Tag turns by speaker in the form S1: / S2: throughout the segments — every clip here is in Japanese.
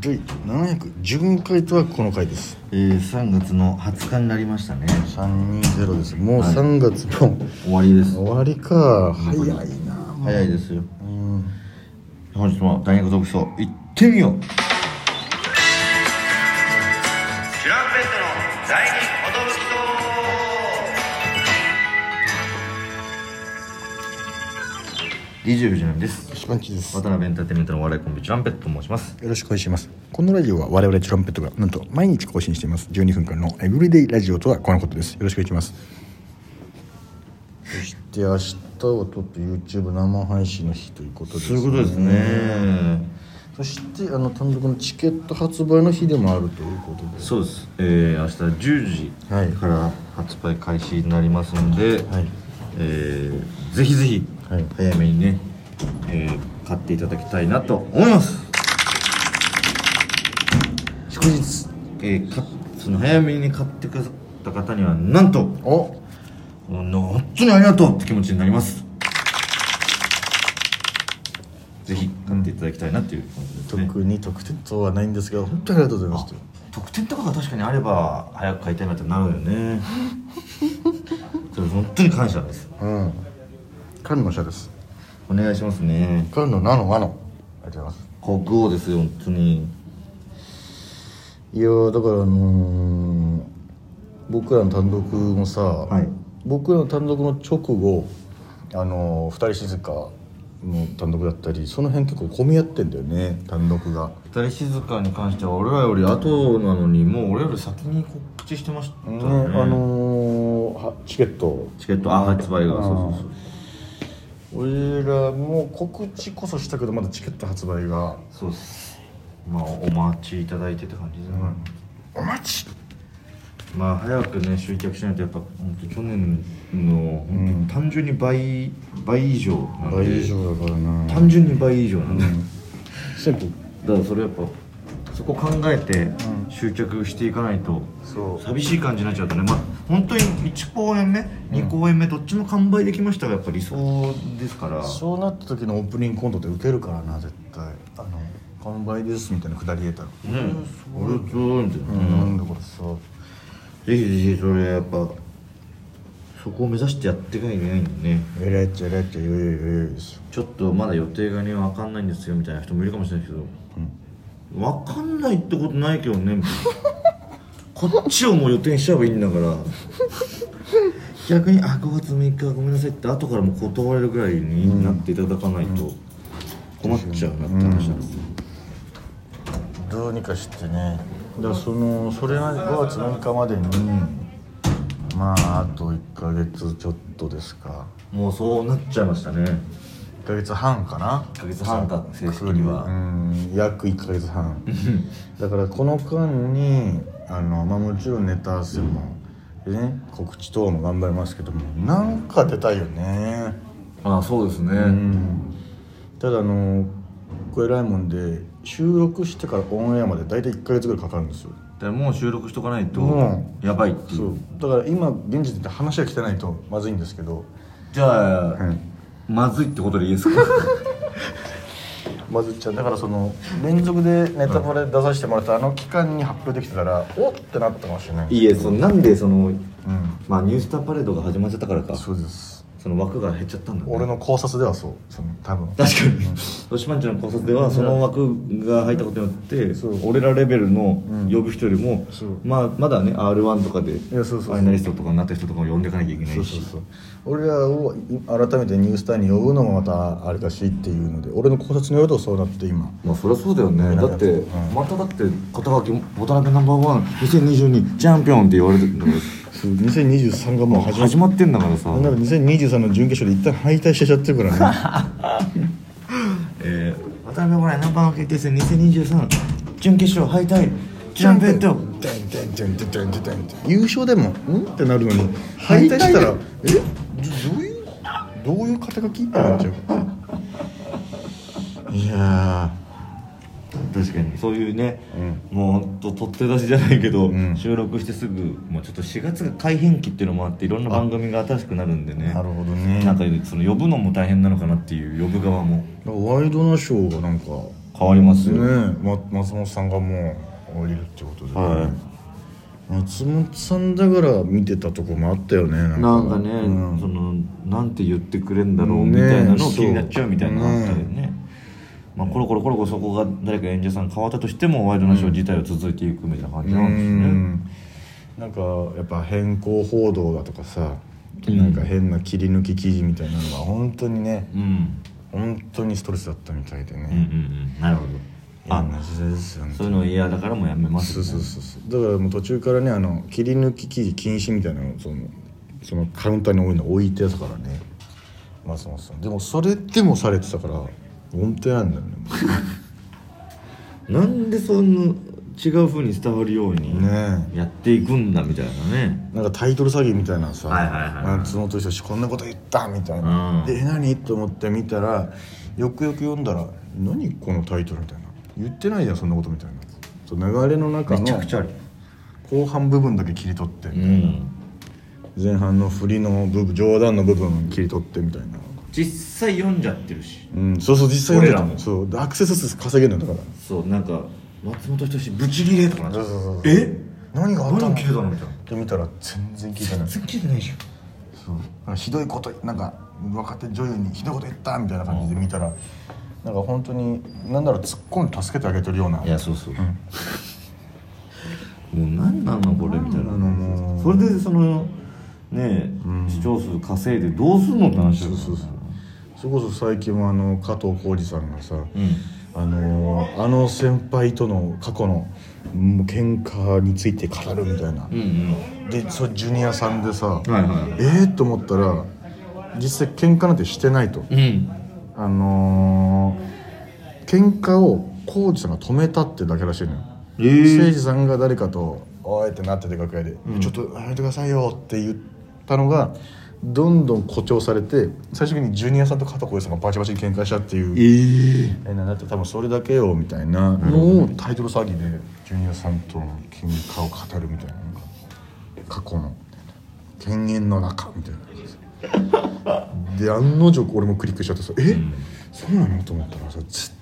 S1: 第710回とはこの回です
S2: えー、3月の20日になりましたね
S1: 320ですもう
S2: はい
S1: 3月の
S2: 終わりです
S1: 終わりか
S2: 残り
S1: 早いなもう
S2: 早いですよ
S1: うん
S2: 本日も大学読書行ってみよう
S3: チュランペットの第二ほどぶき
S2: DJ 藤波です
S1: 一番地です
S2: 渡
S1: よ
S2: 辺エンターテインメントのお笑いコンビチュランペットと申します
S1: ろしくお願いしますこのラジオは我々トランペットがなんと毎日更新しています12分間のエブリデイラジオとはこのことですよろしくお願いしますそして明日はちょっと YouTube 生配信の日ということです
S2: そういうことですね
S1: そしてあの単独のチケット発売の日でもあるということで
S2: そうですえー、明日
S1: はい
S2: 10時から発売開始になりますので、
S1: はい
S2: えー、ぜひぜひ
S1: はい
S2: 早めにね、えー、買っていただきたいなと思います
S1: 祝日
S2: えー、かその早めに買ってくださった方にはなんと
S1: お
S2: うん本当にありがとうって気持ちになりますぜひ買っていただきたいなっていう感じですね
S1: 特に特典等はないんですが本当にありがとうございますと
S2: 特典とかが確かにあれば早く買いたいなってなるよね それ本当に感謝です
S1: うん菅野社です
S2: お願いしますね
S1: 菅野なの和のありがとうございます
S2: 国王ですよ本当に
S1: いやーだからあのー僕らの単独もさ、
S2: い
S1: 僕らの単独の直後あのー、二人静かの単独だったりその辺結構混み合ってんだよね単独が
S2: 二人静かに関しては俺らより後なのにもう俺より先に告知してましたね
S1: ねあのーはチケット
S2: チケットあ発売が
S1: あー
S2: そうそうそう
S1: 俺らも告知こそしたけどまだチケット発売が
S2: そうですまあお待ちいただいてって感じですね、
S1: お待ち
S2: まあ早くね集客しないとやっぱ本当去年の、本当単純に倍倍以上なんで
S1: 倍以上だからな
S2: 単純に倍以上なんで、
S1: シンプル
S2: だからそれやっぱそこ考えて集客していかないと、
S1: そう
S2: 寂しい感じになっちゃうとねまあ本当に1公演目2公演目どっちも完売できましたがやっぱ理想ですから
S1: そうなった時のオープニングコントってウケるからな絶対あの完売ですみたいなくだり得たら
S2: ね俺ちょうみたいな、
S1: うん、だからさ
S2: ぜひぜひそれやっぱそこを目指してやっていかなきゃいけないんでね
S1: えらいっちゃえらいっちゃよいよいよいよですよ
S2: ちょっとまだ予定がね分かんないんですよみたいな人もいるかもしれないですけど、分かんないってことないけどねみたいなこっちをもう予定にしちゃえばいいんだから逆に「あ5月6日ごめんなさい」って後からもう断れるぐらいになっていただかないと困っちゃうなって話なんですよ、
S1: どうにかしてねだからそのそれが5月6日までに、まああと1か月ちょっとですか
S2: もうそうなっちゃいましたね
S1: 1か月半かな
S2: 1ヶ月半か正式には
S1: うん約1か月半だからこの間にあの、まあ、もちろんネタ合わせも、ね、告知等も頑張りますけどもなんか出たいよね
S2: ああそうですね、
S1: ただあのこれ偉いもんで収録してからオンエアまで大体1か月ぐらいかかるんですよ
S2: でもう収録しとかないと
S1: うん
S2: やばいっていう、
S1: そうだから今現時点で話が来てないとまずいんですけど
S2: じゃあ、まずいってことでいいですか
S1: まずっちゃんだからその連続でネタバレ出させてもらったあの期間に発表できてたらおっってなったかもしれない
S2: いえそのなんでその
S1: うん
S2: まあニュースターパレードが始まっちゃったからか
S1: そうです
S2: その枠が減っちゃったんだ、ね、
S1: 俺の考察ではそうその多分
S2: 確かにロシパンチの考察ではその枠が入ったことによって俺らレベルの呼ぶ人よりも、
S1: そう
S2: まあ、まだね r 1とかで
S1: やそうそうそう
S2: ファイナリストとかになった人とかを呼んでいかなきゃいけないし
S1: そうそうそう俺らをい改めてニュースターに呼ぶのもまたあれだしっていうので俺の考察によるとそうなって今
S2: まあそりゃそうだよねだって、
S1: うん
S2: まただって肩書き「ボタナベナンバーワン2022チャンピオン」って言われてるんだから
S1: そう2023がもう始まっ
S2: 始まってんだからさ
S1: なんなら2023の準決勝で一旦敗退しちゃってるから ね
S2: えー、渡辺五郎ナンバーワン決定戦2023準決勝敗退チャンピオンと
S1: てんてんてんてんてんてんてんてん優勝でもんってなるのに敗退したらえどどういうどういう肩書きってなっちゃう
S2: いや確かにそういうね、もうほんと取って出しじゃないけど、
S1: ん
S2: 収録してすぐもうちょっと4月が改編期っていうのもあっていろんな番組が新しくなるんでね
S1: なるほどね
S2: なんかその呼ぶのも大変なのかなっていう呼ぶ側も
S1: ワイドナショーがなんか
S2: 変わりますよ、
S1: ねま、松本さんがもう降りるってことで、
S2: は
S1: 松本さんだから見てたとこもあったよねなんか
S2: なんかね、
S1: うん
S2: そのなんて言ってくれんだろう
S1: ね
S2: みたいなのを気になっちゃうみたいなの
S1: そう
S2: あったよね、まあ、コロコロコロコロそこが誰か演者さん変わったとしてもワイドナショー自体は続いていくみたいな感じなんです
S1: な
S2: ね、
S1: んかやっぱ変更報道だとかさ、なんか変な切り抜き記事みたいなのが本当にね
S2: うん、
S1: 本当にストレスだったみたいで
S2: うんうん
S1: ね、
S2: うんなるほど
S1: あ
S2: あ
S1: ん、な時代ですよね
S2: そういうの嫌だからもうやめます
S1: そうそうそうそうだからもう途中からねあの切り抜き記事禁止みたいなのをそのそのカウンターに多いの置いてたからね松本さんでもそれでもされてたから本当なんだよね
S2: なんでそんな違う風に伝わるように
S1: ね
S2: やっていくんだみたいなね
S1: なんかタイトル詐欺みたいなさ
S2: はいはいはいはい
S1: 松本人志こんなこと言ったみたいな、
S2: うん
S1: でえ何と思って見たらよくよく読んだら何このタイトルみたいな言ってないじゃんそんなことみたいなそう流れの中
S2: めちゃ
S1: の
S2: くちゃある
S1: 後半部分だけ切り取って
S2: う、ん
S1: 前半の振りの部分冗談の部分切り取ってみたいな
S2: 実際読んじゃってるし
S1: うん、そうそう実際読んでた
S2: 俺ら
S1: の
S2: も
S1: そうでアクセス数稼げるんだか
S2: そうなんか松本人志ブチギレとかなっちゃ
S1: らそうそうそう
S2: え
S1: 何があったの
S2: 何切れたのみたいな
S1: って見たら全然聞いてない
S2: 全然切れてないじゃん
S1: そうなんかひどいことなんか若手女優にひどいこと言ったみたいな感じで見たらなんか本当になんだろう突っ込んで助けてあげてるようない
S2: やそうそう、もう何なのこれみたいな
S1: もう
S2: それでそのねえ、視聴数稼いでどうすんのって話だよね
S1: そうそうそうそれこそ最近もあの加藤浩次さんがさ、
S2: うん
S1: あのーあの先輩との過去のうん喧嘩について語るみたいな
S2: う、ん
S1: でそうジュニアさんでさ、
S2: うんはいは
S1: えー、と思ったら実際喧嘩なんてしてないと、
S2: いうん
S1: あのー、喧嘩を浩二さんが止めたってだけらしいのよ
S2: え
S1: 誠
S2: ー
S1: 司さんが誰かと「おい」ってなってて楽屋で、ちょっとやめてくださいよ」って言ったのがどんどん誇張されて最終的にジュニアさんと加藤浩次さんがバチバチに喧嘩したっていう
S2: ええ
S1: えなんだって多分それだけよみたいなのをタイトル詐欺でジュニアさんとの喧嘩を語るみたいななんか過去の権限の中みたいなで案の定俺もクリックしちゃってさえ、そうなのと思ったらさ全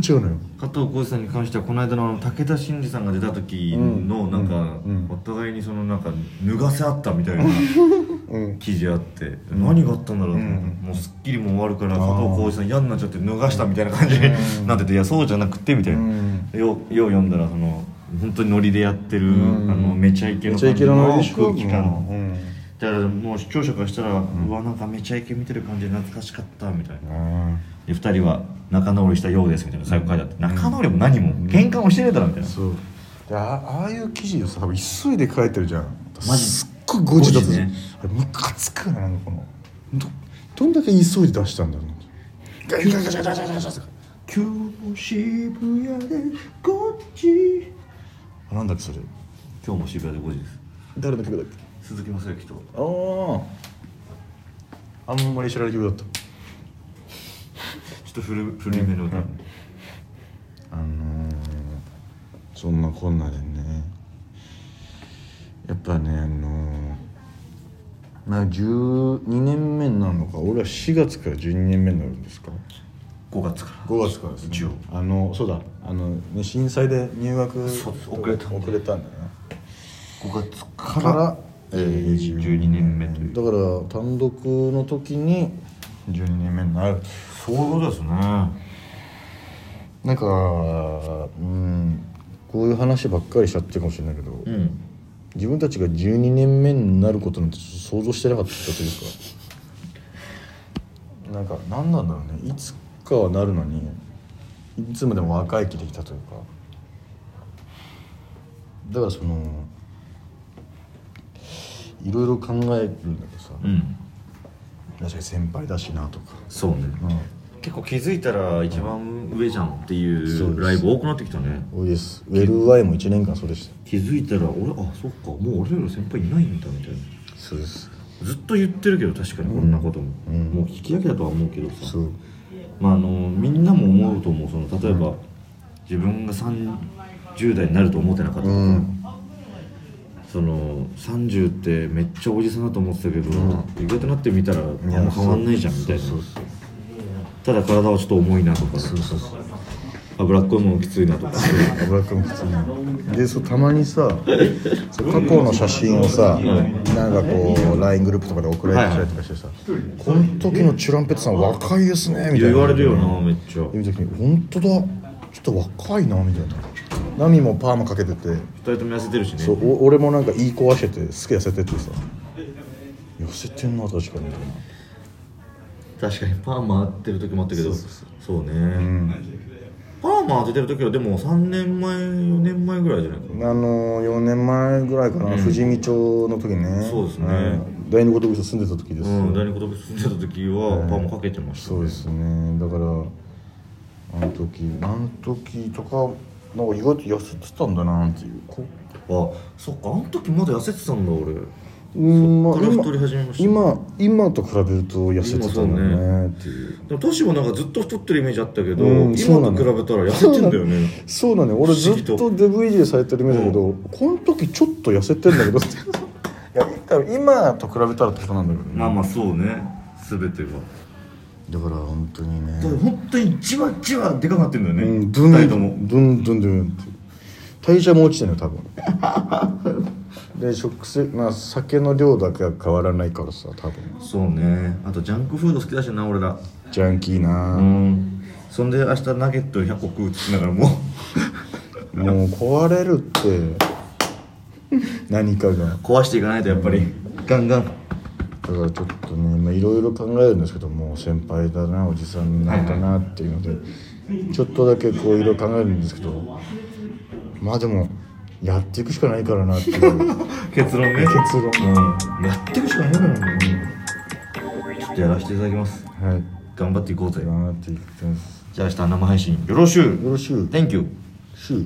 S1: 然違うのよ
S2: 加藤浩次さんに関してはこの間のあの武田真治さんが出た時のなんか、お互いにそのなんか脱がせ合ったみたいな記事あって、何があったんだろうと思って、もう『スッキリ』も終わるから加藤浩次さん嫌になっちゃって脱がしたみたいな感じになってていやそうじゃなくてみたいな、
S1: ん
S2: ようよう読んだらその本当にノリでやってる、
S1: ん
S2: あのめちゃイケ
S1: め
S2: の
S1: ちゃ
S2: 感
S1: イ
S2: じ
S1: ケのノ
S2: の
S1: リでしょ
S2: 空気感、
S1: うんうん
S2: だからもう視聴者からしたら、うわなんかめちゃイケ見てる感じで懐かしかったみたいな。で2人は仲直りしたようですみたいな最後書いてあって仲直りも何も喧嘩もしてねえだろみたいな
S1: そうであああいう記事をさ多分急いで書いてるじゃん
S2: マジ
S1: すっごい誤字だったじゃん
S2: 誤字ね
S1: あれムカつくよねなんかこのどどんだけ急いで出したんだろうガチャガチャガチャガチャガチャガチャ
S2: 今日も渋谷で5時
S1: あなんだっけそれ
S2: 今日も渋谷で5時です
S1: 誰の曲だっけ
S2: 鈴木雅之と
S1: あああんまり知らない曲だった
S2: ちょっと古古いめの歌、
S1: あのー、そんなこんなでねやっぱねあのー、まあ12年目になるのか俺は4月から12年目になるんですか
S2: 5月から
S1: 5月からですね
S2: 一応
S1: あのそうだあの、ね、震災で入学
S2: そうです遅れた
S1: 遅れたんだよね
S2: 5月か
S1: からら、えー
S2: 12年目という
S1: だから単独の時に12年目になる
S2: そういうことですね
S1: なんかうんこういう話ばっかりしちゃってるかもしれないけど、
S2: うん
S1: 自分たちが12年目になることなんて想像してなかったというかなんか何なんだろうねいつかはなるのにいつまでも若い気でいたというかだからそのいろいろ考えるんだけどさ、
S2: うん
S1: 確かに先輩だしなとか、
S2: そうね、結構気づいたら一番上じゃんってい
S1: そうで
S2: う
S1: す
S2: ライブ多くなってきたね
S1: 多いですウェルワイも1年間そうでした
S2: 気づいたら俺あそっかもう俺らの先輩いないんだみたいな
S1: そうです
S2: ずっと言ってるけど確かにこんなことも、
S1: うん
S2: もう引き上げだとは思うけどさ
S1: そう
S2: まあ、あのみんなも思うと思うその例えば、自分が30代になると思ってなかったとか、
S1: うん
S2: その30ってめっちゃおじさんだと思ってたけど、意外となってみたらあんま変わんないじゃんみたいな
S1: そうそう
S2: ただ体はちょっと重いなとか
S1: そうそうそう
S2: 脂っこいものきついなとか
S1: 油くん普通にでそうたまにさそう過去の写真をさなんかこう LINE グループとかで送られてきたりとかしてさ「この時のチュランペットさん若いですね」みたいな
S2: 言われるよなめっちゃ
S1: で見た時に「本当だちょっと若いな」みたいなナミもパーマかけてて
S2: 二人とも痩せてるしね
S1: そうお俺もなんかいい子はしててすげえ痩せててさ痩せてんな確かにみたいな
S2: 確かにパーマ当てる時もあったけどそうね、
S1: うん
S2: パーマ当ててる時はでも3年前4年前ぐらいじゃないかな
S1: あの4年前ぐらいかな、富士見町の時ね
S2: そうですね
S1: ん第二言部署住んでた時です、
S2: うん第二言住んでた時はパーマかけてました、
S1: そうですねだからあの時あの時とかなんか意外と痩せてたんだなっていうこ
S2: あそっかあの時まだ痩せてたんだ俺
S1: うんまあ
S2: そっから太り始めました
S1: 今今と比べると痩せてたんだねっていう
S2: でもトシもなんかずっと太ってるイメージあったけど、
S1: うんそうな
S2: 今と
S1: の
S2: 比べたら痩せてんだよね
S1: そうなのよ俺ず
S2: 不思議
S1: っ
S2: と
S1: とデブイジでされてる目だけど、この時ちょっと痩せてんだけ どっていや多分今と比べたらってことなんだけどね
S2: まあまあそうね全てが
S1: だから本当にね
S2: だから本当にじわじわでかくなってんだよね、
S1: うん、
S2: 二人とも
S1: どんどんどんって代謝も落ちてるの 多分で食生まあ酒の量だけは変わらないからさ多分
S2: そうねあとジャンクフード好きだしな俺ら
S1: ジャンキー
S2: う
S1: なん
S2: そんで明日ナゲット100個食うっつってながらもう
S1: もう壊れるって何かがだ
S2: 壊していかないとやっぱり、ガンガン
S1: からちょっとねまあいろいろ考えるんですけどもう先輩だなおじさんなんだなっていうのでちょっとだけこういろいろ考えるんですけどまあでもやっていくしかないからなっていう
S2: 結論ね
S1: 結論
S2: うんやっていくしかないからね、ちょっとやらせていただきます
S1: はい
S2: 頑張っていこうぜ
S1: 頑張っていきます
S2: じゃあ明日生配信よろしゅう
S1: よろしゅう
S2: Thank you
S1: しゅう